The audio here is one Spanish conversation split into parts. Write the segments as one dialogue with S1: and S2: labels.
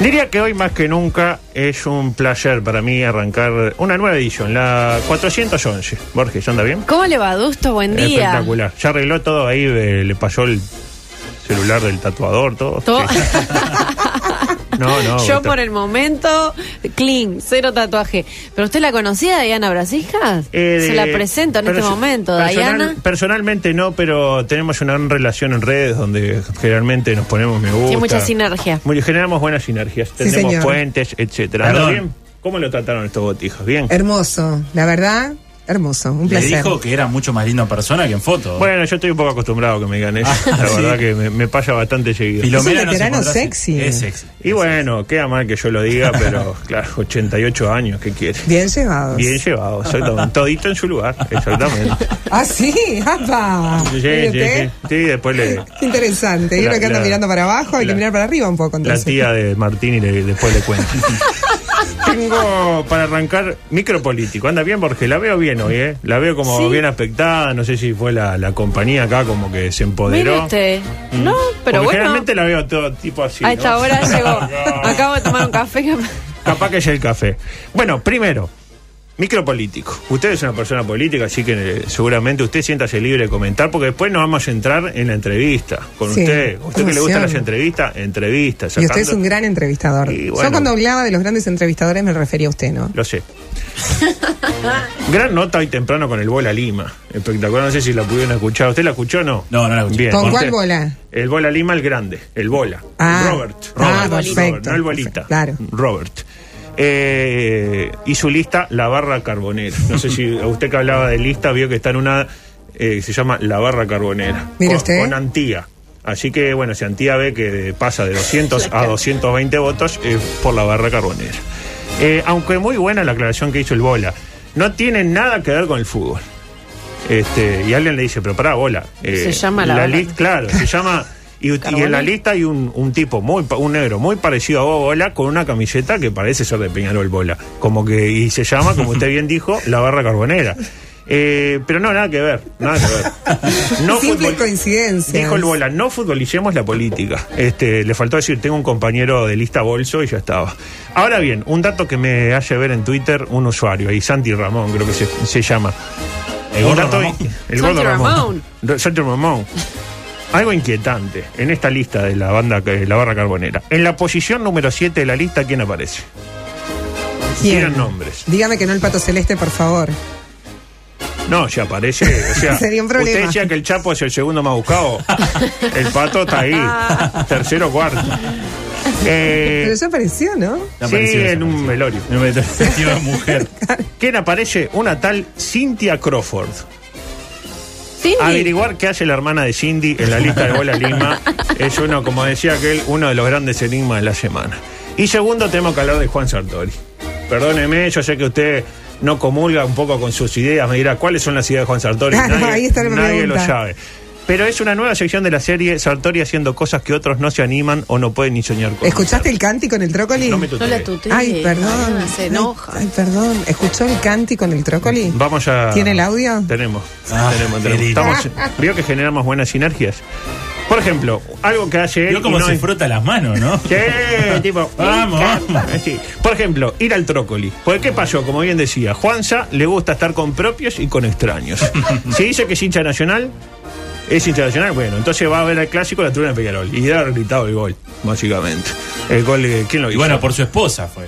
S1: Diría que hoy más que nunca es un placer para mí arrancar una nueva edición, la 411. Borges, ¿anda bien?
S2: ¿Cómo le va, Dusto? Buen día.
S1: Espectacular. Ya arregló todo ahí, eh, le pasó el celular del tatuador, todo.
S2: To-
S1: Sí. No, no.
S2: Yo
S1: está-
S2: por el momento, clean, cero tatuaje. ¿Pero usted la conocía, Diana Brasijas?
S1: Eh,
S2: Se
S1: de-
S2: la presento en este
S1: perso-
S2: momento,
S1: personal-
S2: Diana.
S1: Personalmente no, pero tenemos una gran relación en redes donde generalmente nos ponemos me gusta.
S2: Tiene mucha sinergia.
S1: Muy- generamos buenas sinergias, tenemos
S3: señor.
S1: puentes, etcétera. ¿Anda
S4: Perdón.
S1: bien? ¿Cómo lo trataron estos botijas? ¿Bien?
S3: Hermoso, la verdad, hermoso, un
S4: Le
S3: placer.
S4: dijo que era mucho más lindo en persona que en foto.
S1: Bueno, yo estoy un poco acostumbrado a que me digan eso.
S4: Ah,
S1: la
S4: sí.
S1: verdad que me, me pasa bastante seguido.
S4: Filomena
S3: Es un
S4: no se
S3: veterano
S4: encontrase-
S3: sexy.
S4: Es sexy.
S1: Y bueno, queda mal que yo lo diga, pero claro, 88 años, ¿qué quiere?
S3: Bien llevados.
S1: Bien llevado, exactamente. Todito en su lugar, exactamente.
S3: Ah, sí, apa.
S1: Sí,
S3: Mire
S1: sí,
S3: usted.
S1: sí. Sí, después le,
S3: Qué interesante. Y
S1: La-
S3: uno que anda
S1: la-
S3: mirando para abajo, hay
S1: la-
S3: que mirar para arriba un poco.
S1: la
S3: Entonces.
S1: tía de Martín y le- después le cuento. Tengo para arrancar micropolítico. Anda bien, Borges. La veo bien hoy, ¿eh? La veo como
S2: Sí.
S1: bien aspectada. No sé si fue la, la compañía acá como que se
S2: Mire
S1: empoderó.
S2: usted. No, pero
S1: Mm. Porque
S2: bueno.
S1: Generalmente la veo todo tipo así.
S2: A
S1: ¿no?
S2: esta hora llegó.
S1: No.
S2: Acabo de tomar un café. que-
S1: Capaz que es el café. Bueno, primero, micropolítico. Usted es una persona política, así que eh, seguramente usted siéntase libre de comentar, porque después nos vamos a entrar en la entrevista con
S3: Sí,
S1: usted. Usted que le gustan
S3: emoción.
S1: las entrevistas, entrevistas.
S3: Y usted
S1: sacando-
S3: es un gran entrevistador.
S1: Y bueno.
S3: Yo cuando hablaba de los grandes entrevistadores me refería a usted, ¿no?
S1: Lo sé. Gran nota hoy temprano con el Bola Lima. Espectacular, no sé si la pudieron escuchar. ¿Usted la escuchó o no?
S4: No, no la escuché.
S1: Bien,
S3: ¿Con cuál
S1: usted-
S3: bola?
S1: El Bola Lima, el grande. El Bola.
S3: Ah.
S1: Robert.
S3: Ah,
S1: Robert,
S3: perfecto.
S1: Robert, no el Bolita.
S3: Perfecto, claro.
S1: Robert. Eh, y su lista, La Barra Carbonera. No sé si a usted que hablaba de lista vio que está en una. eh, se llama La Barra Carbonera.
S3: Mire
S1: con,
S3: usted.
S1: con Antía. Así que, bueno, si Antía ve que pasa de 200 a 220 votos, es por la barra carbonera. Eh, aunque muy buena la aclaración que hizo el Bola. No tiene nada que ver con el fútbol. Este, y alguien le dice, pero pará, bola. eh,
S2: Se llama la bola.
S1: lis- Claro, se llama. Y, y en la
S2: Carbonell.
S1: lista hay un, un tipo, muy pa- un negro muy parecido a vos, bola, con una camiseta que parece ser de Peñarol Bola. Como que, y se llama, como usted bien dijo, la barra carbonera. Eh, pero no, nada que ver, nada que ver. No
S3: Simple
S1: futbol-
S3: coincidencia.
S1: Dijo el bola, no futbolicemos la política. Este, le faltó decir, tengo un compañero de lista bolso y ya estaba. Ahora bien, un dato que me hace ver en Twitter un usuario, ahí Santi Ramón creo que se, se llama.
S4: El
S1: Un
S4: gordo
S1: dato-
S4: Ramón.
S1: El
S2: Santi
S1: gordo Ramón.
S2: Ramón.
S1: Ra- Santi Ramón. Algo inquietante en esta lista de la banda que- la barra carbonera. En la posición número 7 de la lista, ¿quién aparece?
S3: ¿Quién?
S1: Tienen nombres.
S3: Dígame que no el pato celeste, por favor.
S1: No, se aparece. O sea,
S3: Sería un problema.
S1: usted decía que el Chapo es el segundo más buscado. El pato está ahí. Tercero, cuarto. Eh,
S3: Pero ya apareció, ¿no?
S4: Ya
S1: sí,
S4: apareció, ya
S1: en un
S4: apareció.
S1: velorio.
S4: Me meto en vestido de mujer.
S1: ¿Quién aparece? Una tal Cynthia Crawford.
S2: Cindy.
S1: Ah, Averiguar qué hace la hermana de Cindy en la lista de Bola Lima es uno, como decía aquel, uno de los grandes enigmas de la semana. Y segundo, tenemos que hablar de Juan Sartori. Perdóneme, yo sé que usted no comulga un poco con sus ideas, me dirá cuáles son las ideas de Juan Sartori.
S3: Claro,
S1: nadie
S3: ahí está la
S1: nadie lo
S3: pregunta.
S1: sabe. Pero es una nueva sección de la serie Sartori haciendo cosas que otros no se animan o no pueden ni soñar con.
S3: ¿Escuchaste el canti con el trócoli?
S1: No me
S2: No
S1: tutee.
S2: la tuteé.
S3: Ay, perdón.
S2: Se enoja.
S3: Ay, ay, perdón. ¿Escuchó el canti con el trócoli?
S1: Vamos a.
S3: ¿Tiene el audio?
S1: Tenemos.
S4: Ah,
S1: tenemos, tenemos.
S4: querido.
S1: Estamos- veo que generamos buenas sinergias. Por ejemplo, algo que hace él.
S4: Vio
S1: y
S4: cómo
S1: no
S4: se
S1: es-
S4: frota las manos, ¿no?
S1: Sí, tipo.
S4: Vamos,
S1: me encanta.
S4: vamos.
S1: Sí. Por ejemplo, ir al trócoli. Porque qué pasó, como bien decía, Juanza le gusta estar con propios y con extraños. Se dice que es hincha nacional. Es hincha nacional, bueno, entonces va a ver al clásico la tribuna de Peñarol y ha gritado el gol, básicamente. El gol, eh, ¿quién lo
S4: Y
S1: hizo?
S4: bueno, por su esposa fue.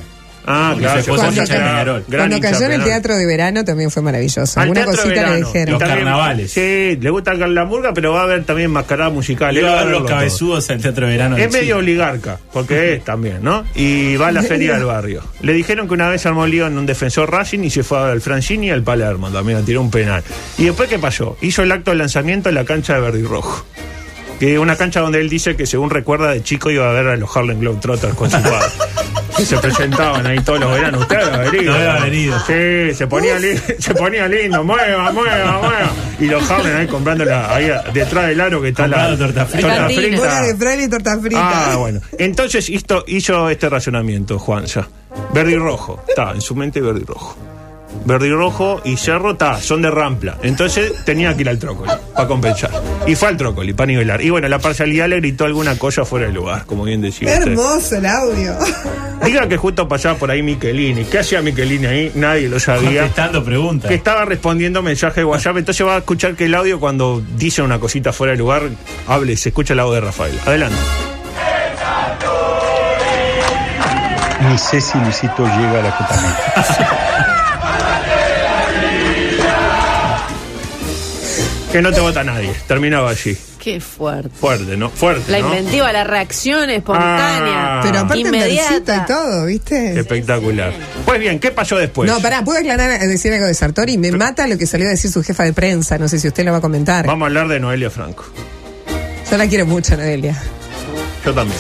S1: ah,
S4: porque
S1: claro,
S4: su esposa
S1: gran
S3: es hincha de
S1: hincha-
S4: Peñarol.
S1: gran
S3: Cuando
S1: hincha
S3: cayó en el
S1: Peñarol.
S3: teatro de verano también fue maravilloso.
S1: Al
S3: Alguna
S1: teatro de
S3: cosita le
S1: verano.
S3: dijeron.
S1: Y
S4: Los carnavales.
S1: Sí, le gusta la murga, pero va a haber también mascarada musical. Él
S4: Iba
S1: va
S4: a ver
S1: verlo
S4: los
S1: todo.
S4: cabezudos al Teatro Verano. de
S1: Es
S4: Chile.
S1: medio oligarca, porque es también, ¿no? Y va a la feria del barrio. Le dijeron que una vez armó lío en un defensor Racing y se fue al Francini y al Palermo también, tiró un penal. ¿Y después qué pasó? Hizo el acto de lanzamiento en la cancha de Verde y Rojo. Que es una cancha donde él dice que según recuerda de chico iba a ver a los Harlem Globetrotters con su padre. se presentaban ahí todos los veranos. Usted había venido.
S4: No había venido.
S1: Sí, se ponía, li- se ponía lindo. Mueva, mueva, mueva. Y los jóvenes ahí comprando la, ahí detrás del aro que está la
S4: Comprando torta frita.
S2: Tartines.
S3: Bola de fraile y torta frita.
S1: Ah, bueno. Entonces hizo, hizo este razonamiento, Juanza. Verde y rojo. Está, en su mente verde y rojo. Verde y rojo y cerro, está, son de rampla. Entonces tenía que ir al trócoli para compensar. Y fue al trócoli para nivelar. Y bueno, la parcialidad le gritó alguna cosa fuera del lugar, como bien decía.
S3: Qué
S1: usted.
S3: hermoso el audio.
S1: Diga que justo pasaba por ahí Michelini. ¿Qué hacía Michelini ahí? Nadie lo sabía.
S4: Contestando preguntas.
S1: Que estaba respondiendo mensaje de WhatsApp. Entonces va a escuchar que el audio cuando dice una cosita fuera de lugar, hable, se escucha el audio de Rafael. Adelante.
S5: Ni sé si Luisito llega a la Copa América.
S1: Que no te vota nadie. Terminaba allí.
S2: Qué fuerte.
S1: Fuerte, ¿no? Fuerte.
S2: La
S1: ¿no?
S2: inventiva, la reacción espontánea.
S1: Ah.
S3: Pero aparte en versita
S2: inmediata.
S3: y todo, ¿viste?
S1: Espectacular. Pues bien, ¿qué pasó después?
S3: no, pará, ¿puedo aclarar, eh, decir algo de Sartori? Me mata lo que salió a decir su jefa de prensa, no sé si usted lo va a comentar.
S1: Vamos a hablar de Noelia Franco.
S3: Yo la quiero mucho, Noelia.
S1: Yo también.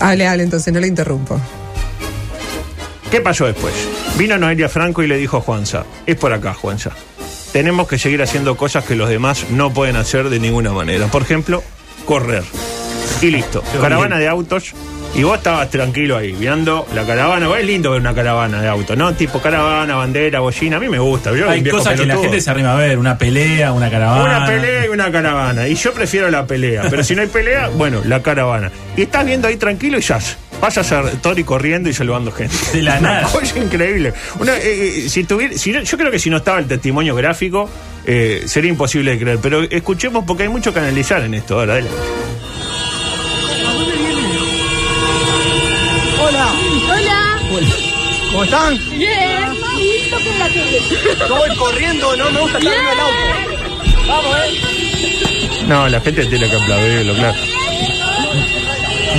S3: Hable, hable, entonces no le interrumpo.
S1: ¿Qué pasó después? Vino Noelia Franco y le dijo a Juanza, es por acá, Juanza. Tenemos que seguir haciendo cosas que los demás no pueden hacer de ninguna manera. Por ejemplo, correr. Y listo. Caravana de autos. Y vos estabas tranquilo ahí, viendo la caravana. Es lindo ver una caravana de autos, ¿no? Tipo caravana, bandera, bollina. A mí me gusta. Yo soy un
S4: Hay
S1: viejo
S4: cosas que la
S1: pelotudo.
S4: gente se arrima a ver, una pelea, una caravana.
S1: Una pelea y una caravana. Y yo prefiero la pelea. Pero si no hay pelea, bueno, la caravana. Y estás viendo ahí tranquilo y ya. Vas a ser Tori corriendo y saludando gente.
S4: De la
S1: Una
S4: nada.
S1: cosa increíble. Una, eh, eh, si tuviera, si no- yo creo que si no estaba el testimonio gráfico, eh, sería imposible de creer. Pero escuchemos porque hay mucho que analizar en esto. Ahora, adelante.
S6: Hola,
S7: Hola,
S6: ¿cómo están?
S7: bien. Listo con la tele.
S6: Yo voy corriendo, no me gusta estar en el auto. Vamos, eh.
S1: No, la gente tiene que aplaudirlo, claro.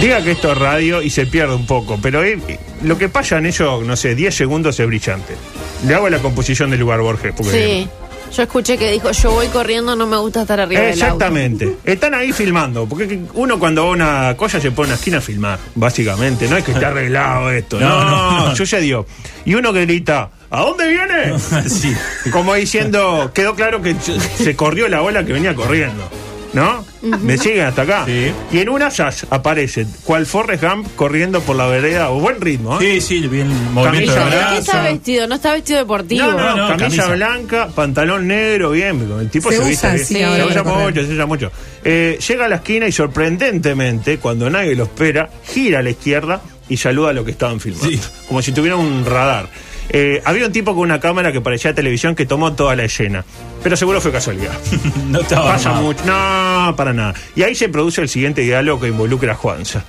S1: Diga que esto es radio y se pierde un poco, pero eh, lo que pasa en ello, no sé, 10 segundos es brillante. Le hago la composición del lugar, Borges. Porque
S2: Sí. Yo escuché que dijo, yo voy corriendo, no me gusta estar arriba del auto.
S1: Exactamente. Están ahí filmando. Porque que- uno cuando va a una cosa se pone a una esquina a filmar, básicamente. No es que está arreglado esto. No,
S4: No,
S1: no,
S4: no, no.
S1: sucedió. Y uno que grita, ¿a dónde viene?
S4: sí.
S1: Como diciendo, quedó claro que se corrió la ola que venía corriendo. ¿No? Me siguen hasta acá.
S4: Sí.
S1: Y en una ya aparece, cual Forrest Gump corriendo por la vereda, o buen ritmo. ¿eh?
S4: Sí, sí, bien el movimiento de
S1: Camisa
S2: ¿Pero qué
S4: brazos.
S2: está vestido? No está vestido deportivo.
S1: No, no,
S4: No, no,
S1: camisa,
S4: camisa.
S1: blanca, pantalón negro, bien. El tipo se,
S3: Se
S1: viste
S3: usa
S1: bien.
S3: así
S1: se
S2: ahora
S1: usa
S3: para correr.
S1: mucho, se usa mucho. Eh, llega a la esquina y sorprendentemente, cuando nadie lo espera, gira a la izquierda y saluda a lo que estaban filmando.
S4: Sí.
S1: Como si tuviera un radar. Eh, había un tipo con una cámara que parecía televisión que tomó toda la escena. Pero seguro fue casualidad.
S4: No estaba
S1: Pasa
S4: armado.
S1: mucho. No, para nada. Y ahí se produce el siguiente diálogo que involucra a Juanza.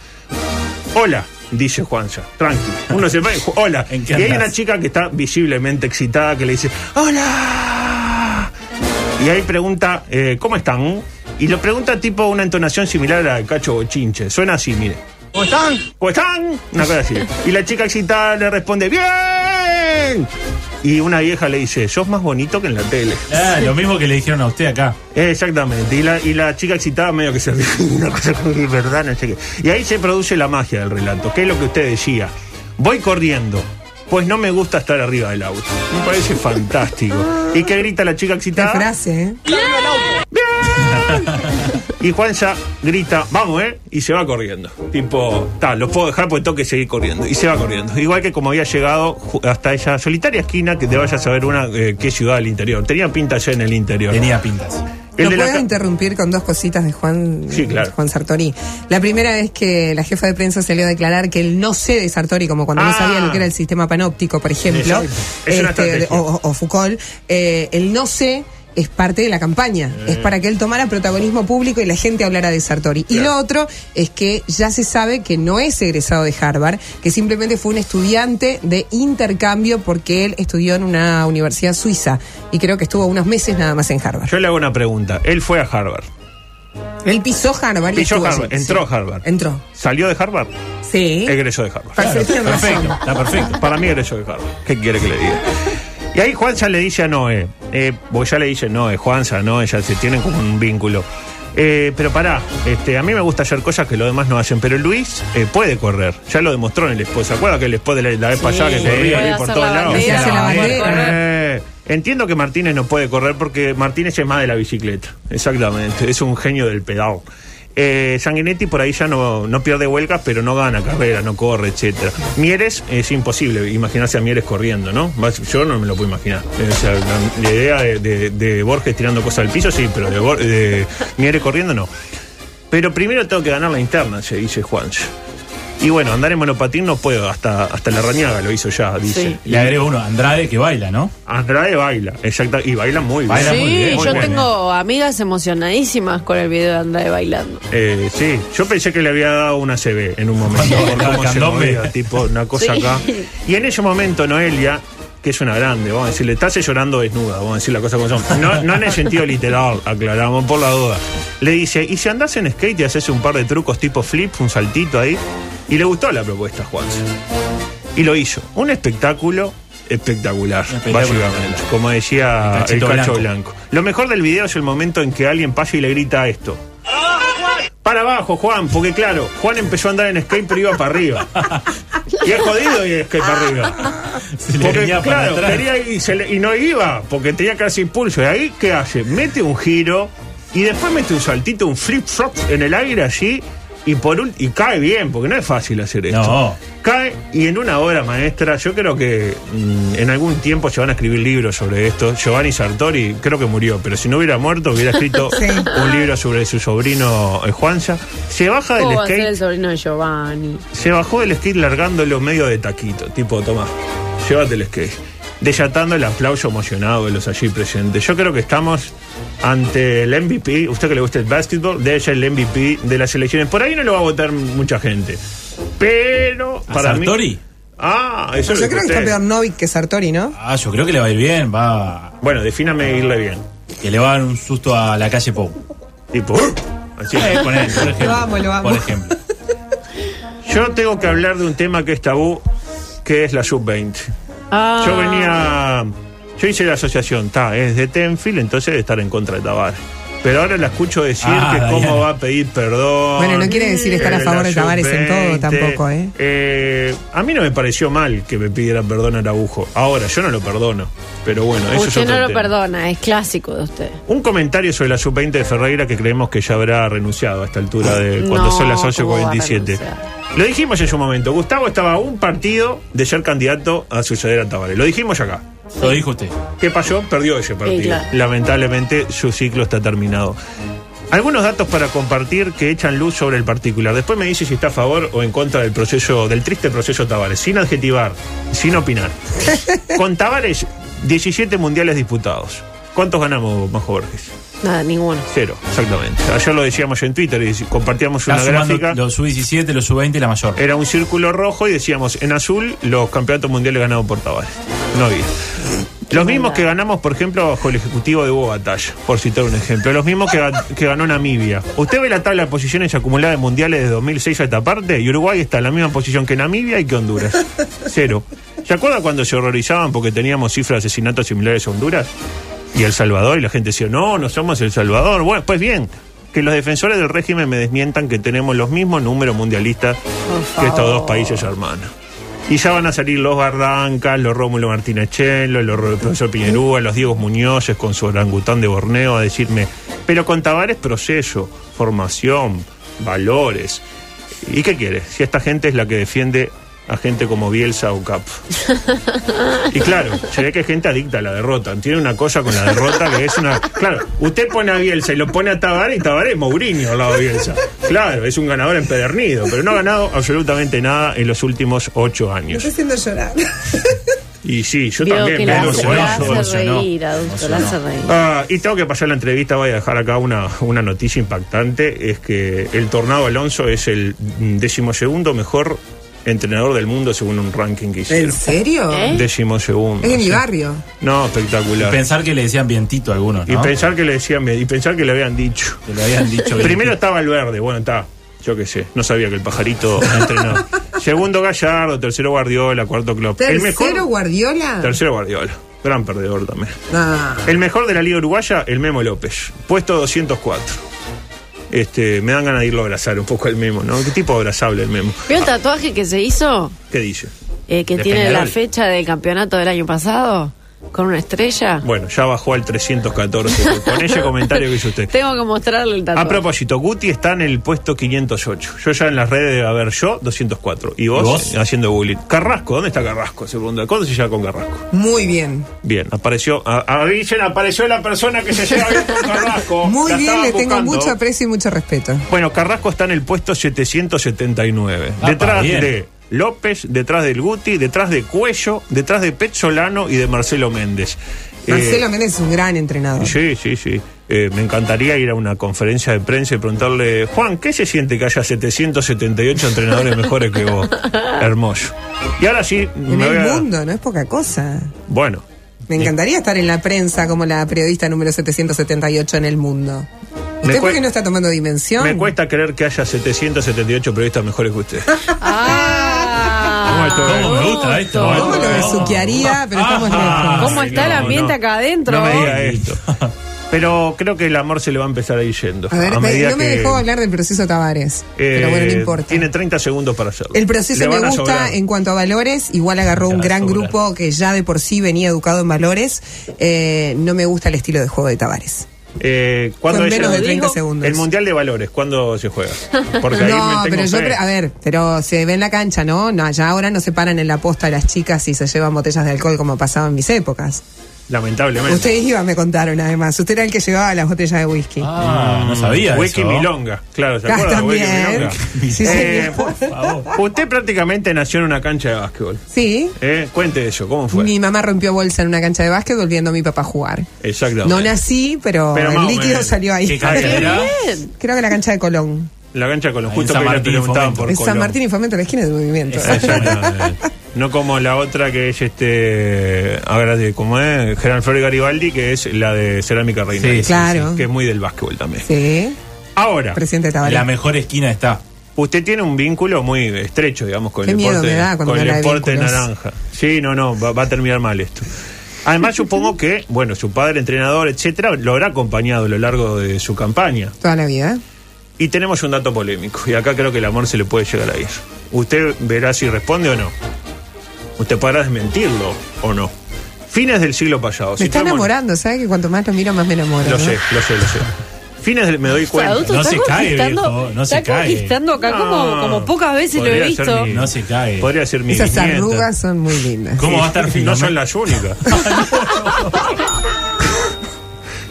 S1: Hola, dice Juanza. Tranqui. Uno se va y ju- Hola.
S4: ¿En
S1: Y
S4: qué
S1: hay
S4: andás?
S1: una chica que está visiblemente excitada que le dice, ¡Hola! Y ahí pregunta, eh, ¿cómo están? Y lo pregunta tipo una entonación similar a la de Cacho Bochinche. Suena así, mire.
S6: ¿Cómo están?
S1: ¿Cómo están? Una cosa así. Y la chica excitada le responde, ¡Bien! Y una vieja le dice, sos más bonito que en la tele.
S4: Ah, lo mismo que le dijeron a usted acá.
S1: Eh, Exactamente, y la, y la chica excitada medio que se ríe, una cosa como que, verdad, no sé qué. Y ahí se produce la magia del relato, que es lo que usted decía. Voy corriendo, pues no me gusta estar arriba del auto. Me parece fantástico. ¿Y qué grita la chica
S3: Qué
S1: excitada?
S3: frase, ¿eh?
S1: Y Juanza grita, vamos, ¿eh? Y se va corriendo. Tipo, ta, los puedo dejar porque tengo que seguir corriendo. Y se va corriendo. Igual que como había llegado ju- hasta esa solitaria esquina, que te vaya a saber una, eh, qué ciudad del interior. Tenía pinta ya en el interior.
S4: Tenía pintas.
S1: El
S3: ¿Lo
S1: de la
S3: puedo
S1: ca-
S3: interrumpir con dos cositas de Juan,
S1: Sí, claro.
S3: Juan Sartori? La primera es que la jefa de prensa salió a declarar que el no sé de Sartori, como cuando
S1: Ah.
S3: no sabía lo que era el sistema panóptico, por ejemplo, Este,
S1: Exacto. Es una estrategia.
S3: o, o- o Foucault, eh, el no sé es parte de la campaña, es
S1: Eh.
S3: para que él tomara protagonismo público y la gente hablara de Sartori. Y
S1: Claro.
S3: lo otro es que ya se sabe que no es egresado de Harvard, que simplemente fue un estudiante de intercambio porque él estudió en una universidad suiza y creo que estuvo unos meses nada más en Harvard.
S1: Yo le hago una pregunta. Él fue a Harvard.
S3: Él pisó Harvard. y
S1: Pisó
S3: estuvo
S1: Harvard,
S3: allí.
S1: entró
S3: Sí.
S1: Harvard.
S3: Entró.
S1: ¿Salió de Harvard?
S3: Sí.
S1: Egresó de Harvard.
S3: Parece que tiene
S4: Perfecto,
S3: razón.
S4: está perfecto.
S1: Para mí egresó de Harvard. ¿Qué quiere que le diga? Y ahí Juanza le dice a Noé, eh, vos ya le dice Noé, Juanza, Noé, ya se tienen como un vínculo. Eh, pero pará, este, a mí me gusta hacer cosas que los demás no hacen, pero Luis eh, puede correr. Ya lo demostró en el Expo. ¿Se acuerda que el Expo de la, la vez
S2: Sí,
S1: pasada que
S2: puede
S1: corría ahí
S2: hacer
S1: por
S2: la
S1: todos lados?
S2: bandera.
S3: Se hace la bandera.
S1: Eh, Entiendo que Martínez no puede correr porque Martínez es más de la bicicleta. Exactamente. Es un genio del pedal. Eh, Sanguinetti por ahí ya no, no pierde huelgas, pero no gana carrera, no corre, etcétera. Mieres es imposible imaginarse a Mieres corriendo, ¿no? Vas- Yo no me lo puedo imaginar. Eh, o sea, la, la idea de, de- de Borges tirando cosas al piso, sí, pero de, Bor- de Mieres corriendo, no. Pero primero tengo que ganar la interna, se dice Juan. Y bueno, andar en monopatín no puedo, hasta, hasta la rañaga lo hizo ya, dice.
S2: Sí.
S4: Le agrego uno, Andrade que baila, ¿no?
S1: Andrade baila, exacto, y baila muy bien.
S4: Baila
S2: Sí,
S4: Ah, muy bien, muy
S2: yo
S4: bueno.
S2: tengo amigas emocionadísimas con el video de Andrade bailando.
S1: Eh, sí, yo pensé que le había dado una CB en un momento,
S4: Cuando
S1: por
S4: tocaba
S1: cómo se
S4: candombe.
S1: movía, tipo una cosa
S2: Sí.
S1: acá. Y en ese momento Noelia, que es una grande, vamos a decirle, estás llorando desnuda, vamos a decir la cosa como son. No, no en el sentido literal, aclaramos por la duda. Le dice, ¿y si andás en skate y haces un par de trucos tipo flip, un saltito ahí? Y le gustó la propuesta, Juan. Y lo hizo. Un espectáculo espectacular,
S4: espectáculo
S1: básicamente.
S4: espectacular.
S1: Como decía
S4: El
S1: el
S4: cachito
S1: cacho blanco.
S4: blanco.
S1: Lo mejor del video es el momento en que alguien pasa y le grita esto. Para abajo, Juan, porque claro, Juan empezó a andar en skate pero iba para arriba. Y es jodido ir en skate para arriba.
S4: Se le
S1: Porque
S4: venía para
S1: claro,
S4: atrás.
S1: quería ir y, se le- y no iba, porque tenía casi impulso. Y ahí, ¿qué hace? Mete un giro y después mete un saltito, un flip-flop en el aire así. Y, por ul- y cae bien, porque no es fácil hacer esto.
S4: No.
S1: Cae y en una obra maestra, yo creo que mm, en algún tiempo se van a escribir libros sobre esto. Giovanni Sartori creo que murió, pero si no hubiera muerto hubiera escrito
S3: Sí.
S1: un libro sobre su sobrino eh, Juanza. Se baja
S2: ¿Cómo
S1: del
S2: va a ser
S1: skate
S2: el sobrino de Giovanni?
S1: se bajó del skate largándolo medio de taquito, tipo, toma, llévate el skate. Desatando el aplauso emocionado de los allí presentes. Yo creo que estamos ante el MVP, usted que le gusta el básquetbol, debe ser el MVP de las elecciones. Por ahí no lo va a votar mucha gente. Pero
S4: ¿A
S1: para mí.
S4: Sartori?
S1: Ah, eso es
S3: Pues yo
S1: lo
S3: creo que
S1: que
S3: está
S1: usted-
S3: peor Novik que Sartori, ¿no?
S4: Ah, yo creo que le va a ir bien, va.
S1: Bueno, defíname irle bien.
S4: Que le va a dar un susto a la calle Pou.
S1: Tipo,
S3: Uh.
S1: así.
S4: Eh, con él, por ejemplo.
S3: Lo amo, lo amo.
S4: Por ejemplo.
S1: Yo tengo que hablar de un tema que es tabú, que es la sub-20.
S2: Ah,
S1: Yo venía. Yo hice la asociación, ta, es de Tenfield, entonces de estar en contra de Tabar. Pero ahora la escucho decir
S4: Ah,
S1: que cómo
S4: Diana.
S1: va a pedir perdón.
S3: Bueno, no quiere decir estar a
S1: eh,
S3: favor de
S1: la
S3: Tabárez en todo tampoco, ¿eh?
S1: Eh, A mí no me pareció mal que me pidiera perdón a Araujo. Ahora, yo no lo perdono. Pero bueno, eso es
S2: Usted
S1: otro
S2: no lo
S1: tema.
S2: perdona, es clásico de usted.
S1: Un comentario sobre la sub-20 de Ferreira que creemos que ya habrá renunciado a esta altura de cuando
S2: No,
S1: son las
S2: ¿cómo va a
S1: 8.47.
S2: renunciar?
S1: Lo dijimos en su momento. Gustavo estaba a un partido de ser candidato a suceder a Tabaré. Lo dijimos acá.
S4: Lo dijo usted.
S1: ¿Qué pasó? Perdió ese partido.
S2: Sí, claro.
S1: Lamentablemente su ciclo está terminado. Algunos datos para compartir que echan luz sobre el particular. Después me dice si está a favor o en contra del proceso, del triste proceso Tavares, sin adjetivar, sin opinar. Con Tavares, 17 mundiales disputados. ¿Cuántos ganamos, Majo Borges?
S2: Nada, ninguno.
S1: Cero, exactamente. Ayer lo decíamos en Twitter y compartíamos
S4: Está
S1: una
S4: sumando
S1: gráfica. Eh,
S4: los sub-17, los sub-20 y la mayor.
S1: Era un círculo rojo y decíamos, en azul, los campeonatos mundiales ganados por Tavares. No había. Los mismos
S2: maldad.
S1: que ganamos, por ejemplo, bajo el ejecutivo de Hugo Batalla, por citar un ejemplo. Los mismos que, ga- que ganó Namibia. Usted ve la tabla de posiciones acumulada de mundiales de 2006 a esta parte y Uruguay está en la misma posición que Namibia y que Honduras. Cero. ¿Se acuerda cuando se horrorizaban porque teníamos cifras de asesinatos similares a Honduras? y El Salvador, y la gente decía, no, no somos El Salvador. Bueno, pues bien, que los defensores del régimen me desmientan que tenemos los mismos números mundialistas que estos dos países hermanos. Y ya van a salir los Barrancas, los Rómulo Martínez Chelo, los Ro- profesor Piñerúa, los Diego Muñozes con su orangután de Borneo a decirme, pero con Tavares proceso, formación, valores. ¿Y qué quiere? Si esta gente es la que defiende a gente como Bielsa o Cap. Y claro, se ve que hay gente adicta a la derrota. Tiene una cosa con la derrota que es una. Claro, usted pone a Bielsa y lo pone a Tabaré y Tabaré es Mourinho al lado de Bielsa. Claro, es un ganador empedernido, pero no ha ganado absolutamente nada en los últimos ocho
S3: Me está
S1: años.
S3: haciendo llorar.
S1: Y sí, yo
S2: Veo
S1: también
S2: que
S1: me
S2: la hace,
S1: emociono.
S2: la hace
S4: emocionó,
S2: reír, adulto, la hace reír.
S1: Ah, y tengo que pasar la entrevista, voy a dejar acá una, una noticia impactante, es que el Tornado Alonso es el mm, decimosegundo mejor entrenador del mundo según un ranking que
S3: ¿En
S1: hicieron.
S3: serio?
S2: ¿Eh?
S1: Decimosegundo.
S3: Es de mi
S1: sí.
S3: barrio.
S1: No,
S4: Y
S1: espectacular.
S4: pensar que le decían vientito a algunos,
S1: Y
S4: ¿no?
S1: pensar que le decían, y pensar que le habían dicho.
S4: Que le habían dicho
S1: Primero estaba el verde, bueno, está. Yo qué sé, no sabía que el pajarito entrenaba. Segundo Gallardo, tercero Guardiola, cuarto Klopp. el
S3: ¿Tercero
S1: mejor
S3: Guardiola?
S1: tercero Guardiola. Gran perdedor también.
S3: Ah.
S1: El mejor de la Liga Uruguaya, el Memo López. Puesto 204. este, me dan ganas de irlo a abrazar un poco el memo, ¿no? ¿Qué tipo abrazable el memo?
S2: ¿Vio el tatuaje que se hizo?
S1: ¿Qué dice?
S2: Eh, que
S4: De
S2: tiene la
S4: Peñarol.
S2: fecha del campeonato del año pasado. Con una estrella.
S1: Bueno, ya bajó al 314. Con ese comentario que hizo usted.
S2: Tengo que mostrarle el tatuaje.
S1: A propósito, Guti está en el puesto 508. Yo ya en las redes de haber yo, 204. Y vos,
S4: ¿Y vos?
S1: haciendo bullying. Carrasco, ¿dónde está Carrasco? Se pregunta, ¿cuándo se llega con Carrasco?
S3: Muy bien.
S1: Bien, apareció, a- avisen, apareció la persona que se lleva bien con Carrasco.
S3: Muy
S1: La
S3: bien,
S1: estaba
S3: le tengo
S1: buscando. Eh,
S3: mucho aprecio y mucho respeto.
S1: Bueno, Carrasco está en el puesto 779.
S4: Apa,
S1: detrás
S4: bien.
S1: de López, detrás del Guti, detrás de Cuello, detrás de Pezzolano y de Marcelo Méndez. Eh,
S3: Marcelo Méndez es un gran entrenador.
S1: Sí, sí, sí. Eh, me encantaría ir a una conferencia de prensa y preguntarle, Juan, ¿qué se siente que haya 778 entrenadores mejores que vos? Hermoso. Y ahora sí,
S3: En
S1: me voy
S3: el
S1: a-
S3: mundo, no es poca cosa.
S1: Bueno,
S3: Me encantaría estar en la prensa como la periodista número 778 en el mundo.
S1: Me
S3: ¿Usted por
S1: cue-
S3: qué no está tomando dimensión?
S1: me cuesta creer que haya 778 periodistas mejores que usted.
S2: Ah,
S4: ¿Cómo me gusta esto?
S2: bruto.
S3: ¿Cómo lo besuquearía? Pero estamos
S4: Ah.
S3: lejos.
S2: ¿Cómo está el
S4: no,
S2: ambiente
S4: no.
S2: acá adentro?
S1: No me diga esto. Pero creo que el amor se le va a empezar a ir yendo.
S3: A ver, me-
S1: medida
S3: no me
S1: que,
S3: dejó hablar del proceso Tavares.
S1: eh,
S3: pero bueno, no importa.
S1: Tiene 30 segundos para hacerlo.
S3: El
S1: Le
S3: proceso
S1: van
S3: me
S1: a
S3: gusta
S1: sobrar.
S3: en cuanto a valores. Igual agarró
S4: Le
S3: un
S4: van a
S3: gran
S4: sobrar.
S3: grupo que ya de por sí venía educado en valores. Eh, no me gusta el estilo de juego de Tavares.
S1: Eh, ¿cuándo
S3: Son
S1: es el-
S3: menos de
S2: Lo
S3: 30
S2: digo,
S3: segundos.
S1: El Mundial de Valores, ¿cuándo se juega? Porque ahí
S3: No,
S1: me tengo
S3: pero yo,
S1: fe.
S3: pre- a ver, pero se ve en la cancha, ¿no? No, ya ahora no se paran en la posta las chicas y se llevan botellas de alcohol como pasaba en mis épocas.
S1: Lamentablemente.
S3: Ustedes iban, me contaron además. Usted era el que llevaba las botellas de whisky.
S4: Ah, no sabía
S1: Mm, Wiki
S4: eso.
S1: Milonga, claro, ¿se
S3: Ah,
S1: acuerdan? de Wiki
S3: también.
S1: Milonga.
S3: Sí,
S1: Eh,
S3: señor.
S1: usted prácticamente nació en una cancha de básquetbol.
S3: Sí.
S1: Eh, cuente eso, ¿cómo fue?
S3: Mi mamá rompió bolsa en una cancha de básquet volviendo a mi papá a jugar.
S1: Exactamente.
S3: No nací, pero,
S1: Pero más
S3: el
S1: o
S3: líquido
S1: menos.
S3: salió ahí.
S4: ¿Qué cancha era?
S2: Bien.
S3: Creo que la cancha de Colón.
S1: La cancha con los
S4: Ahí
S1: justo
S4: en San
S1: que le
S4: Martín y
S1: preguntaban
S4: Fomento.
S1: por
S3: Es
S1: Colón.
S3: San Martín y Fomento, la esquina de movimiento.
S1: Exactamente. No como la otra que es este. Ahora de cómo es. Gerán Flores Garibaldi, que es la de Cerámica Reina.
S4: Sí, sí,
S3: Claro. sí.
S1: Que es muy del básquetbol también.
S3: sí,
S1: Ahora,
S3: presidente
S4: La
S3: Tabaré.
S4: mejor esquina está.
S1: usted tiene un vínculo muy estrecho, digamos, con
S3: Qué
S1: el
S3: miedo
S1: deporte,
S3: me da cuando
S1: con
S3: me
S1: el
S3: habla de
S1: deporte
S3: vínculos.
S1: naranja. Sí, no, no, va, va a terminar mal esto. Además, supongo que, bueno, su padre, entrenador, etcétera, lo habrá acompañado a lo largo de su campaña.
S3: Toda la vida.
S1: Y tenemos un dato polémico, y acá creo que el amor se le puede llegar a ir. Usted verá si responde o no. Usted podrá desmentirlo o no. Fines del siglo pasado.
S3: Me está
S1: situémonos-
S3: enamorando, ¿sabe? Que cuanto más lo miro, más me enamoro.
S1: Lo
S3: ¿no?
S1: sé, lo sé, lo sé. Fines del, me doy
S2: O sea,
S1: cuenta.
S2: adulto
S4: No
S2: está
S4: se cae,
S2: conquistando,
S4: viejo, no se
S2: está
S4: cae.
S2: conquistando acá
S1: No.
S2: como, como pocas veces lo he
S1: Podría ser
S2: visto.
S1: mi-
S4: No se cae.
S1: Podría ser mi
S3: Esas
S1: bisnieta.
S3: arrugas son muy lindas.
S4: ¿Cómo va a estar fino?
S1: No son las únicas.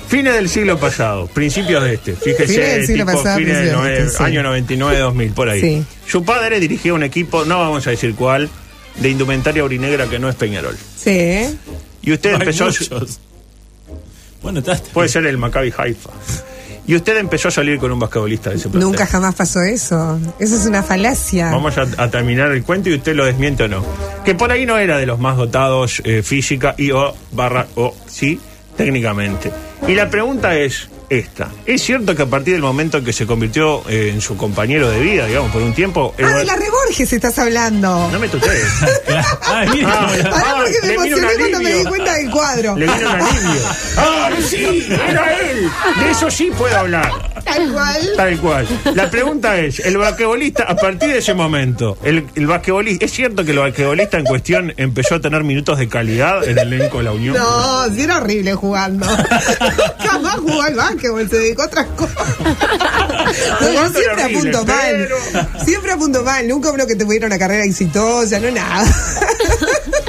S1: Fines del siglo pasado, principios de este. Fíjese,
S3: Fines del siglo
S1: tipo,
S3: pasado,
S1: fines del
S3: principios de este,
S1: nove-
S3: sí.
S1: año 99-2000, por ahí.
S3: Sí.
S1: Su padre dirigía un equipo, no vamos a decir cuál, de indumentaria orinegra que no es Peñarol.
S3: Sí.
S1: Y usted
S4: Hay
S1: empezó. Pues,
S4: muchos. Bueno, está.
S1: Puede ser el Maccabi Haifa. Y usted empezó a salir con un basquetbolista de ese plantel.
S3: Nunca jamás pasó eso. Eso es una falacia.
S1: Vamos a, a terminar el cuento y usted lo desmiente o no. Que por ahí no era de los más dotados eh, física y o barra o sí, técnicamente. Y la pregunta es esta. ¿Es cierto que a partir del momento en que se convirtió eh, en su compañero de vida, digamos, por un tiempo... el
S3: Ah,
S1: gol-
S3: de la Reborges estás hablando.
S1: No me tutees.
S4: Ay, mire.
S1: Ah,
S3: Pará,
S1: ah,
S3: porque me
S1: le vino un
S3: emocioné cuando me di
S1: alivio.
S3: cuenta del cuadro.
S1: Le vino un alivio. ¡Ah, sí! ¡Era él! De eso sí puedo hablar.
S3: Tal cual.
S1: Tal cual. La pregunta es, el basquetbolista, a partir de ese momento, el, el basquetbolista, ¿es cierto que el basquetbolista en cuestión empezó a tener minutos de calidad en el elenco de la Unión?
S3: No, sí era horrible jugando. Jamás jugó al básquetbol, se dedicó a otras cosas. No, yo
S1: Jugando era horrible,
S3: siempre apunto mal.
S1: pero-
S3: Siempre apunto mal. Nunca uno que tuviera una carrera exitosa, no nada.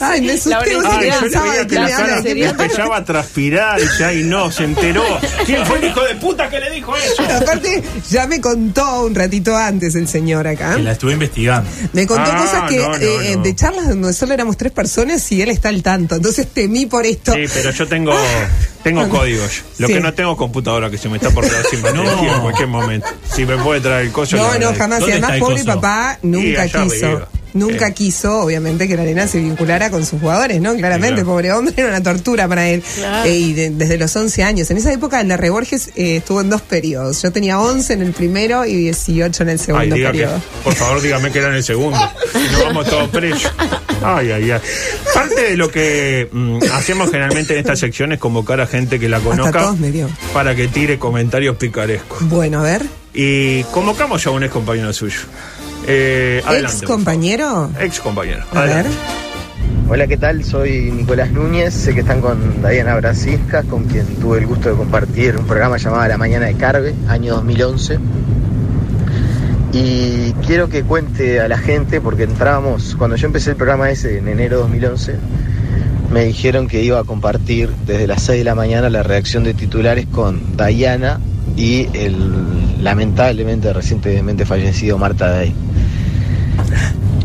S3: Ay, me
S2: La
S3: asusté. vos
S2: honestidad.
S1: Ay,
S3: siempre
S1: yo le
S3: pensaba
S1: veía que
S3: que
S1: la
S3: me
S2: habla,
S1: cara
S3: hablas, que me
S2: sería-
S3: hablas.
S1: empezaba a transpirar y ay no, se enteró. ¿Quién fue el hijo de puta que le dijo eso?
S3: Aparte, ya me contó un ratito antes el señor acá.
S4: Que la estuve investigando.
S3: Me contó
S1: Ah,
S3: cosas que
S1: no, no,
S3: eh,
S1: no.
S3: de charlas donde solo éramos tres personas y él está al tanto. Entonces temí por esto.
S1: Sí, pero yo tengo tengo códigos. Lo
S3: Ah. Sí.
S1: que no tengo es computadora que se me está por quedar sin batería
S4: No.
S1: en cualquier momento. Si me puede traer el coso. le
S3: no, no,
S1: agradezco.
S3: jamás. Y
S4: ¿Dónde
S3: además,
S4: está el
S3: pobre
S4: coso?
S3: papá
S1: Y
S3: nunca
S1: allá Eh.
S3: quiso.
S1: arriba.
S3: Nunca quiso, obviamente, que la nena se vinculara con sus jugadores, ¿no? Claramente,
S1: Sí, claro.
S3: pobre hombre, era una tortura para él.
S2: Claro.
S3: Eh, y de- desde los 11 años. En esa época, la Reborges eh, estuvo en dos periodos. Yo tenía 11 en el primero y 18 en el
S1: Ay,
S3: segundo
S1: diga que,
S3: periodo.
S1: por favor, dígame que era en el segundo. Si no vamos todos presos. Ay, ay, ay. Parte de lo que mm, hacemos generalmente en esta sección es convocar a gente que la conozca
S3: todos me dio.
S1: para que tire comentarios picarescos.
S3: Bueno, a ver.
S1: Y convocamos a un ex compañero suyo. Eh, adelante.
S3: ¿Ex compañero?
S1: Ex compañero.
S3: A ver.
S8: Hola, ¿qué tal? Soy Nicolás Núñez. Sé que están con Diana Bracisca, con quien tuve el gusto de compartir un programa llamado La Mañana de Carve, año 2011. Y quiero que cuente a la gente, porque entrábamos, cuando yo empecé el programa ese en enero de 2011, me dijeron que iba a compartir desde las 6 de la mañana la reacción de titulares con Diana y el lamentablemente recientemente fallecido Marta Day.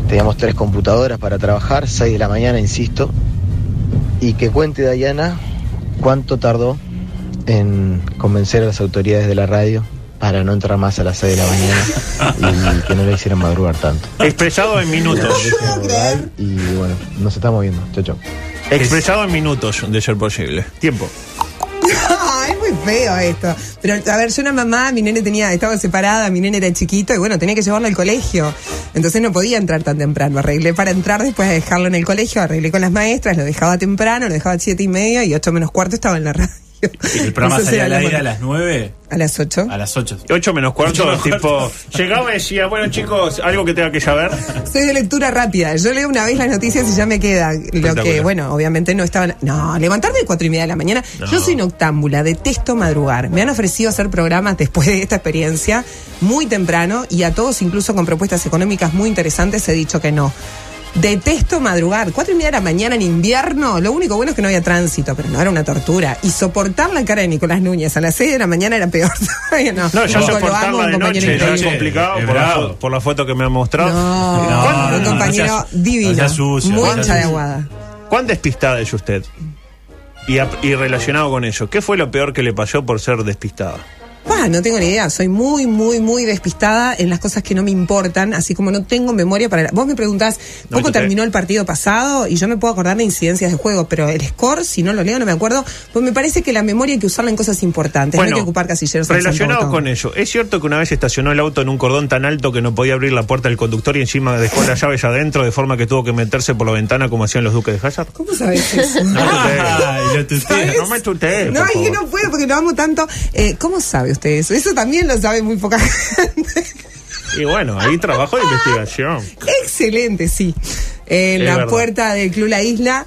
S8: Teníamos tres computadoras para trabajar, 6 de la mañana, insisto. Y que cuente Dayana cuánto tardó en convencer a las autoridades de la radio para no entrar más a las 6 de la mañana y que no le hicieran madrugar tanto.
S1: Expresado en minutos.
S8: Y bueno, nos estamos viendo. Chau, chau.
S1: Expresado en minutos, de ser posible. Tiempo.
S3: Ay, muy feo esto. Pero, a ver, yo una mamá, mi nene tenía, estaba separada, mi nene era chiquito y bueno, tenía que llevarlo al colegio. Entonces no podía entrar tan temprano. Arreglé para entrar después de dejarlo en el colegio, arreglé con las maestras, lo dejaba temprano, lo dejaba a siete y media y ocho menos cuarto estaba en la radio.
S4: El programa
S3: Eso
S4: salía
S3: será
S4: al
S3: la
S4: aire a
S3: hora.
S4: las 9,
S3: A las ocho.
S4: a las 8.
S1: 8 menos cuarto,
S4: Ocho menos
S1: tipo.
S4: cuarto.
S1: Llegaba y decía, bueno, chicos, algo que tenga que saber.
S3: Soy de lectura rápida. Yo leo una vez las noticias y ya me queda. Lo que,
S1: Espectacular.
S3: bueno, obviamente no estaban. No, levantarme de cuatro y media de la mañana. Yo soy noctámbula, detesto madrugar. Me han ofrecido hacer programas después de esta experiencia muy temprano y a todos, incluso con propuestas económicas muy interesantes, he dicho que no. Detesto madrugar. Cuatro y media de la mañana en invierno. Lo único bueno es que no había tránsito, pero no era una tortura. Y soportar la cara de Nicolás Núñez a las seis de la mañana era peor todavía. No,
S1: No, yo
S3: Nico, lo amo,
S1: soportarla
S3: un
S1: de noche,
S3: compañero
S1: no es
S3: increíble.
S1: complicado
S4: Es
S1: por la,
S4: bravo.
S1: fo- por la foto que me han mostrado.
S3: No,
S4: No,
S3: un
S4: no,
S3: compañero
S4: no seas-
S3: divino.
S4: no seas sucio,
S3: muy
S4: no seas
S3: hincha de
S4: sucio.
S3: aguada.
S1: ¿Cuán despistada es usted? Y, ap- y relacionado con eso, ¿qué fue lo peor que le pasó por ser despistada?
S3: Bah, no tengo ni idea, soy muy, muy, muy despistada en las cosas que no me importan, así como no tengo memoria para... la- Vos me preguntás,
S1: No,
S3: poco
S1: yo te-
S3: terminó el partido pasado y yo me puedo acordar de incidencias de juego, pero el score, si no lo leo, no me acuerdo, pues me parece que la memoria hay que usarla en cosas importantes, no hay que ocupar casilleros. en
S1: relacionado
S3: Santo
S1: con
S3: Botón.
S1: eso, ¿es cierto que una vez estacionó el auto en un cordón tan alto que no podía abrir la puerta del conductor y encima dejó las llaves adentro de forma que tuvo que meterse por la ventana como hacían los duques de Hazard?
S3: ¿Cómo sabés eso?
S1: No me tutees.
S4: Ay, lo tutea.
S3: ¿Sabes?
S1: no me tutees,
S3: No,
S1: por
S3: es que
S1: favor.
S3: no puedo porque lo amo tanto. Eh, ¿Cómo sabe usted eso? Eso también lo sabe muy poca gente.
S1: Y bueno, ahí trabajo de investigación.
S3: Excelente, sí. En
S1: Es
S3: la
S1: verdad.
S3: puerta del Club La Isla,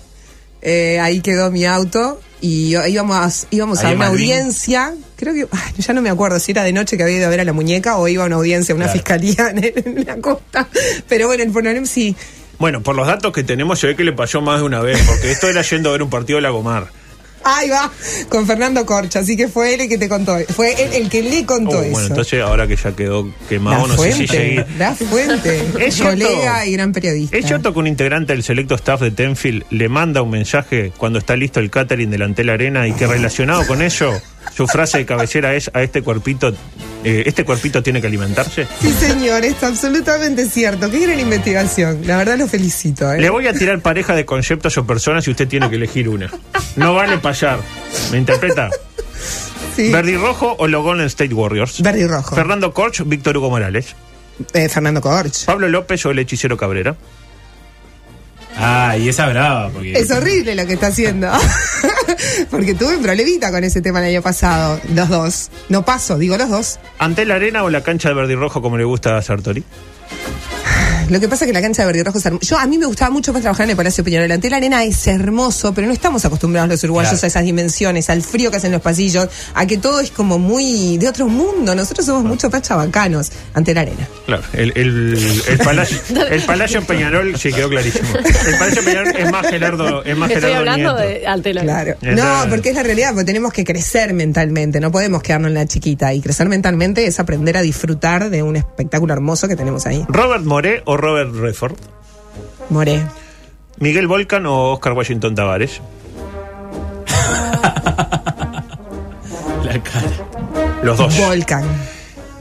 S3: eh, ahí quedó mi auto y yo- íbamos, íbamos a
S4: Ahí en
S3: una
S4: Malvin.
S3: audiencia, creo que, ay, ya no me acuerdo si era de noche que había ido a ver a la muñeca o iba a una audiencia, a una
S4: Claro.
S3: fiscalía en, en la costa. Pero bueno, el Ponorem sí.
S1: Bueno, por los datos que tenemos, se ve que le pasó más de una vez, porque esto era yendo a ver un partido de la Gomar.
S3: Ahí va, con Fernando Corcha, así que fue él el que te contó, fue él el que le
S1: Uh,
S3: contó eso.
S1: bueno, entonces ahora que ya quedó quemado,
S3: la,
S1: no
S3: fuente,
S1: sé si seguir.
S3: la fuente,
S1: Es cierto.
S3: colega y gran periodista.
S1: ¿Es cierto que un integrante del selecto staff de Tenfield le manda un mensaje cuando está listo el catering delante de la arena y que relacionado con ello, su frase de cabecera es a este cuerpito, eh, este cuerpito tiene que alimentarse?
S3: Sí, señor, es absolutamente cierto. Qué gran investigación. La verdad lo felicito. ¿eh?
S1: Le voy a tirar pareja de conceptos o personas y usted tiene que elegir una. No vale pasar. ¿Me interpreta?
S3: Sí.
S1: ¿Verdi Rojo o los Golden State Warriors?
S3: Verde y rojo.
S1: Fernando Corch, Víctor Hugo Morales.
S3: Eh, Fernando Corch.
S1: Pablo López o el hechicero Cabrera.
S4: Ah, y esa brava, porque.
S3: Es horrible lo que está haciendo. Porque tuve un problemita con ese tema el año pasado. Los dos. No paso, digo los dos.
S1: ¿Ante la arena o la cancha de Verdi Rojo como le gusta a Sartori?
S3: Lo que pasa es que la cancha de Verde y Rojo es hermo- Yo, a mí me gustaba mucho más trabajar en el Palacio Peñarol. Ante la arena es hermoso, pero no estamos acostumbrados los uruguayos
S4: Claro.
S3: a esas dimensiones, al frío que hacen los pasillos, a que todo es como muy de otro mundo. Nosotros somos mucho más chabacanos ante la arena.
S1: Claro, el, el, el palacio, el Palacio Peñarol, sí, quedó clarísimo. El Palacio Peñarol es más Gerardo, es más
S2: Estoy
S1: Gerardo
S2: hablando
S1: Nieto.
S2: de al telón.
S3: Claro.
S1: Esa-
S3: No, porque es la realidad, porque tenemos que crecer mentalmente, no podemos quedarnos en la chiquita. Y crecer mentalmente es aprender a disfrutar de un espectáculo hermoso que tenemos ahí.
S1: ¿Robert Moré o Robert Redford?
S3: Moré.
S1: ¿Miguel Volcan o Oscar Washington Tavares?
S4: La cara.
S1: Los dos.
S3: Volcan.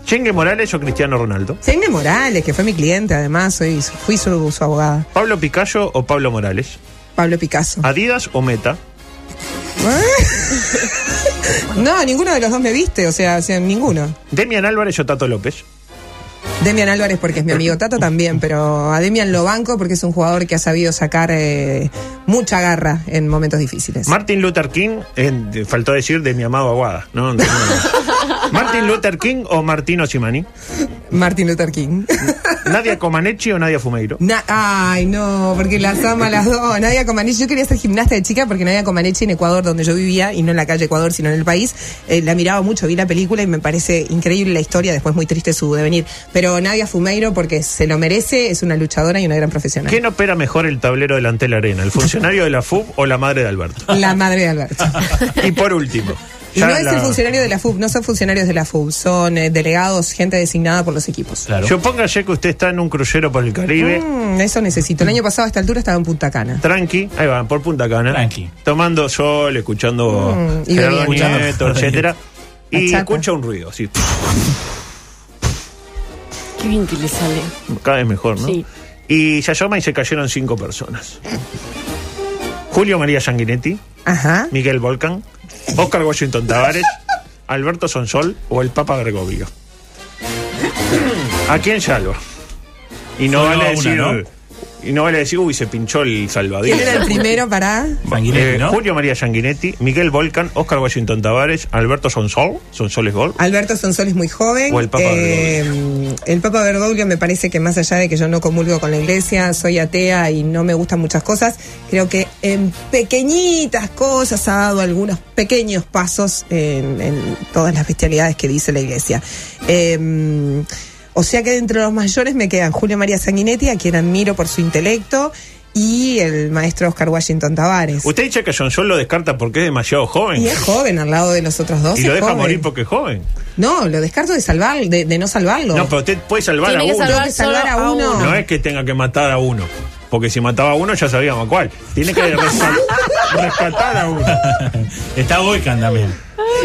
S1: ¿Chengue Morales o Cristiano Ronaldo?
S3: Senge Morales, que fue mi cliente además, soy, fui su, su abogada.
S1: ¿Pablo Picasso o Pablo Morales?
S3: Pablo Picasso.
S1: ¿Adidas o Meta?
S3: no, ninguno de los dos me viste, o sea, o sea, ninguno.
S1: ¿Demian Álvarez o Tato López?
S3: Demian Álvarez porque es mi amigo Tato también, pero a Demian lo banco porque es un jugador que ha sabido sacar eh, mucha garra en momentos difíciles.
S1: Martin Luther King, en- de- faltó decir de mi amado Aguada. No, no, no. ¿Martin Luther King o Martino Simani?
S3: Martin Luther King.
S1: ¿Nadia Comaneci o Nadia Fumeiro?
S3: Na- Ay, no, porque las ama las dos. Nadia Comaneci, yo quería ser gimnasta de chica porque Nadia Comaneci en Ecuador, donde yo vivía, y no en la calle Ecuador, sino en el país, eh, la miraba mucho, vi la película y me parece increíble la historia, después muy triste su devenir. Pero Nadia Fumeiro, porque se lo merece, es una luchadora y una gran profesional.
S1: ¿Quién opera mejor el tablero delante de la arena? ¿El funcionario de la FUB o la madre de Alberto?
S3: La madre de Alberto.
S1: Y por último.
S3: Y
S1: ya
S3: no es
S1: la-
S3: el funcionario de la FUB, no son funcionarios de la FUB, son eh, delegados, gente designada por los equipos.
S1: Supóngase que usted está en un crucero por el Caribe.
S3: Mm, eso necesito. El año pasado a esta altura estaba en Punta Cana.
S1: Tranqui, ahí van, por Punta Cana.
S4: Tranqui.
S1: Tomando sol, escuchando
S3: Mm, y
S1: Gerardo
S4: bebiendo.
S1: Nieto, etcétera.
S3: La
S1: Y
S3: chata.
S1: escucha un ruido, así.
S2: Qué bien que le sale.
S1: Cada vez mejor, ¿no?
S2: Sí.
S1: Y se asoma y se cayeron cinco personas. Julio María Sanguinetti,
S3: Ajá.
S1: Miguel Volcan, Oscar Washington Tavares, Alberto Sonsol o el Papa Gregorio. ¿A quién salva? Y no
S4: Solo
S1: vale
S4: a una,
S1: decir...
S4: ¿no?
S1: Y no vale decir, uy, se pinchó el salvadillo.
S3: ¿Quién era el primero para?
S4: Sanguinetti,
S1: Eh,
S4: ¿no?
S1: Julio María Sanguinetti, Miguel Volcan, Oscar Washington Tavares, Alberto Sonsol, Sonsol es gol.
S3: Alberto Sonsol es muy joven.
S1: O el Papa
S3: Eh, el Papa Bergoglio me parece que más allá de que yo no comulgo con la iglesia, soy atea y no me gustan muchas cosas, creo que en pequeñitas cosas ha dado algunos pequeños pasos en, en todas las bestialidades que dice la iglesia. Eh, o sea que entre los mayores me quedan Julio María Sanguinetti, a quien admiro por su intelecto, y el maestro Oscar Washington Tavares.
S1: Usted dice que Sonsol lo descarta porque es demasiado joven.
S3: Y es joven al lado de los otros dos.
S1: Y lo
S3: es
S1: deja
S3: joven.
S1: morir porque es joven.
S3: No, lo descarto de salvar, de, de no salvarlo.
S1: No, pero usted puede salvar
S2: Tiene
S1: a
S2: que
S1: uno.
S2: salvar,
S3: que salvar
S2: solo
S3: a uno.
S1: No es que tenga que matar a uno. Porque si mataba a uno ya sabíamos a cuál. Tiene que resa- rescatar a uno.
S4: Está Volcan también.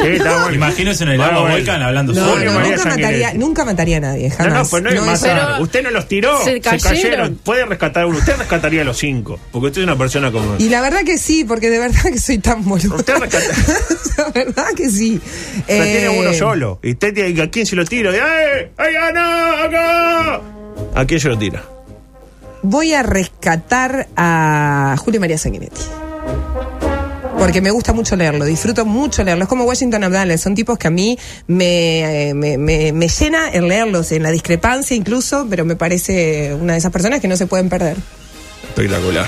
S1: Sí, está bueno.
S4: Imagínese una helada
S1: Bueno,
S4: Volcan hablando
S3: No,
S4: solo.
S1: Julio
S3: no,
S1: María
S3: nunca,
S1: Sanguinetti.
S3: mataría, nunca mataría a nadie,
S1: No,
S3: jamás.
S1: no, pues no es
S3: No, eso
S1: matar.
S2: Pero-
S1: usted no los tiró.
S2: Se cayeron.
S1: Puede rescatar a uno. Usted rescataría a los cinco. Porque usted es una persona como.
S3: Y la verdad que sí, porque de verdad que soy tan boludo.
S1: Usted rescata-
S3: la verdad que sí.
S1: Pero
S3: Eh,
S1: tiene uno solo. Y usted tiene a quién se lo tira. Y, ¡Ay! ¡Ay, ah, no! acá! ¿A quién se lo tira?
S3: Voy a rescatar a Julio María Sanguinetti. Porque me gusta mucho leerlo, disfruto mucho leerlo. Es como Washington Abdala, son tipos que a mí me, eh, me, me- me llena el leerlos, en la discrepancia incluso, pero me parece una de esas personas que no se pueden perder.
S1: Espectacular.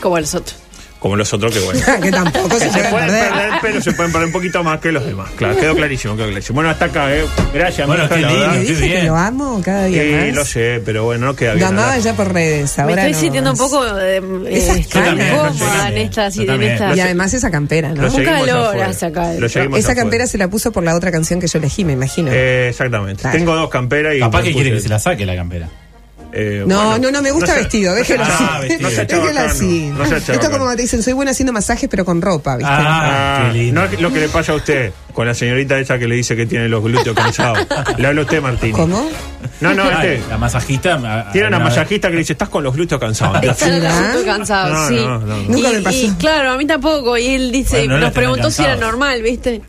S2: Como los otros.
S1: Como los otros que bueno.
S3: que tampoco se,
S1: Que se
S3: pueden
S1: pueden
S3: perder. ah.
S1: perder, pero se pueden perder un poquito más que los demás. Claro, quedó clarísimo, quedó clarísimo. Bueno, hasta acá, eh. Gracias,
S4: Bueno,
S1: Mirta,
S4: qué
S1: la
S4: lindo. ¿eh?
S1: verdad.
S3: ¿Le
S4: Qué
S3: dije que
S4: bien.
S3: lo amo cada día
S1: Sí,
S3: más?
S1: lo sé, pero bueno, no queda
S3: Lo
S1: bien.
S3: amaba
S1: ahora.
S3: ya por redes.
S2: Me
S3: Ahora
S2: estoy
S3: no
S2: sintiendo un
S3: más.
S2: poco eh,
S3: Esas
S2: eh,
S3: caras. Yo
S2: incómoda
S1: también, yo
S2: en
S4: también.
S2: estas y
S4: Yo
S2: en
S4: también.
S2: estas.
S3: Y además esa campera,
S1: Lo
S3: ¿no?
S2: sé.
S1: seguimos
S2: calor
S1: afuera.
S2: hace acá.
S1: Lo seguimos
S3: Esa
S1: afuera.
S3: campera se la puso por la otra canción que yo elegí, me imagino.
S1: Eh, exactamente.
S3: Claro.
S1: Tengo dos camperas y.
S4: Capaz
S1: me
S4: que
S1: puse-
S4: quiere que se la saque la campera.
S1: Eh,
S3: no,
S1: bueno.
S3: no, no, me gusta
S1: se-
S3: vestido,
S1: no se-
S3: déjelo así.
S4: Ah, vestido.
S3: déjelo
S1: chabacano,
S3: así.
S1: no sea
S3: Esto como
S1: chabacano.
S3: te dicen, soy buena haciendo masajes, pero con ropa, ¿viste?
S4: Ah,
S1: Ah,
S4: qué lindo.
S1: no es lo que le pasa a usted con la señorita esa que le dice que tiene los glúteos cansados. Le habla usted, Martín.
S3: ¿Cómo?
S1: No, no,
S4: Ah,
S1: este.
S4: La masajista. a- a-
S1: Tiene una
S4: a-
S1: masajista que le dice, estás con los glúteos cansados.
S2: Están
S3: ¿Será?
S2: un poco cansados,
S1: No,
S2: sí.
S1: no, no, no.
S3: Nunca
S2: y,
S3: me pasó.
S2: y claro, a mí tampoco. Y él dice,
S4: Bueno, no
S2: nos
S4: les tendrán
S2: preguntó si era
S4: cansados.
S2: normal, ¿viste?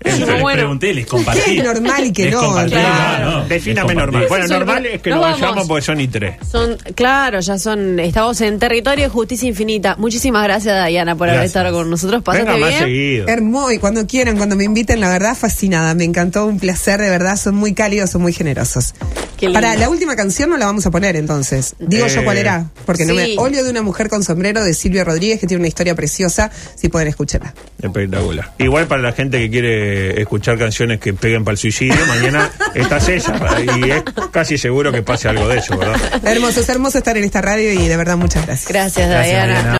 S4: Eso
S2: Como,
S4: les
S2: bueno,
S4: pregunté, les compartí.
S3: ¿Qué es normal y qué
S4: Les
S3: no?
S4: compartí,
S2: Claro.
S4: no, no,
S1: Defíname
S4: les compartí.
S1: normal. Bueno,
S2: Eso es
S1: normal
S2: normal.
S1: es que
S2: Nos
S1: nos
S2: vamos.
S1: vayamos porque son y tres.
S2: Son, claro, ya son, estamos en territorio de justicia infinita. Muchísimas gracias, Diana, por haber
S1: Gracias.
S2: estado con nosotros. Pásate
S1: Venga más
S2: bien.
S1: seguido.
S3: Hermoso, y cuando quieran, cuando me inviten, la verdad, fascinada. Me encantó, un placer, de verdad, son muy cálidos, son muy generosos.
S2: Qué lindo.
S3: Para la última canción no la vamos a poner entonces. Digo
S1: Eh,
S3: yo cuál era, porque no
S2: sí.
S3: me. Olio de una mujer con sombrero de Silvio Rodríguez, que tiene una historia preciosa, si pueden escucharla.
S1: Espectacular. Igual para la gente que quiere escuchar canciones que peguen para el suicidio, mañana está César. Y es casi seguro que pase algo de eso, ¿verdad?
S3: Hermoso, es hermoso estar en esta radio y de verdad, muchas gracias.
S2: Gracias,
S4: Gracias,
S2: Diana.
S4: Diana.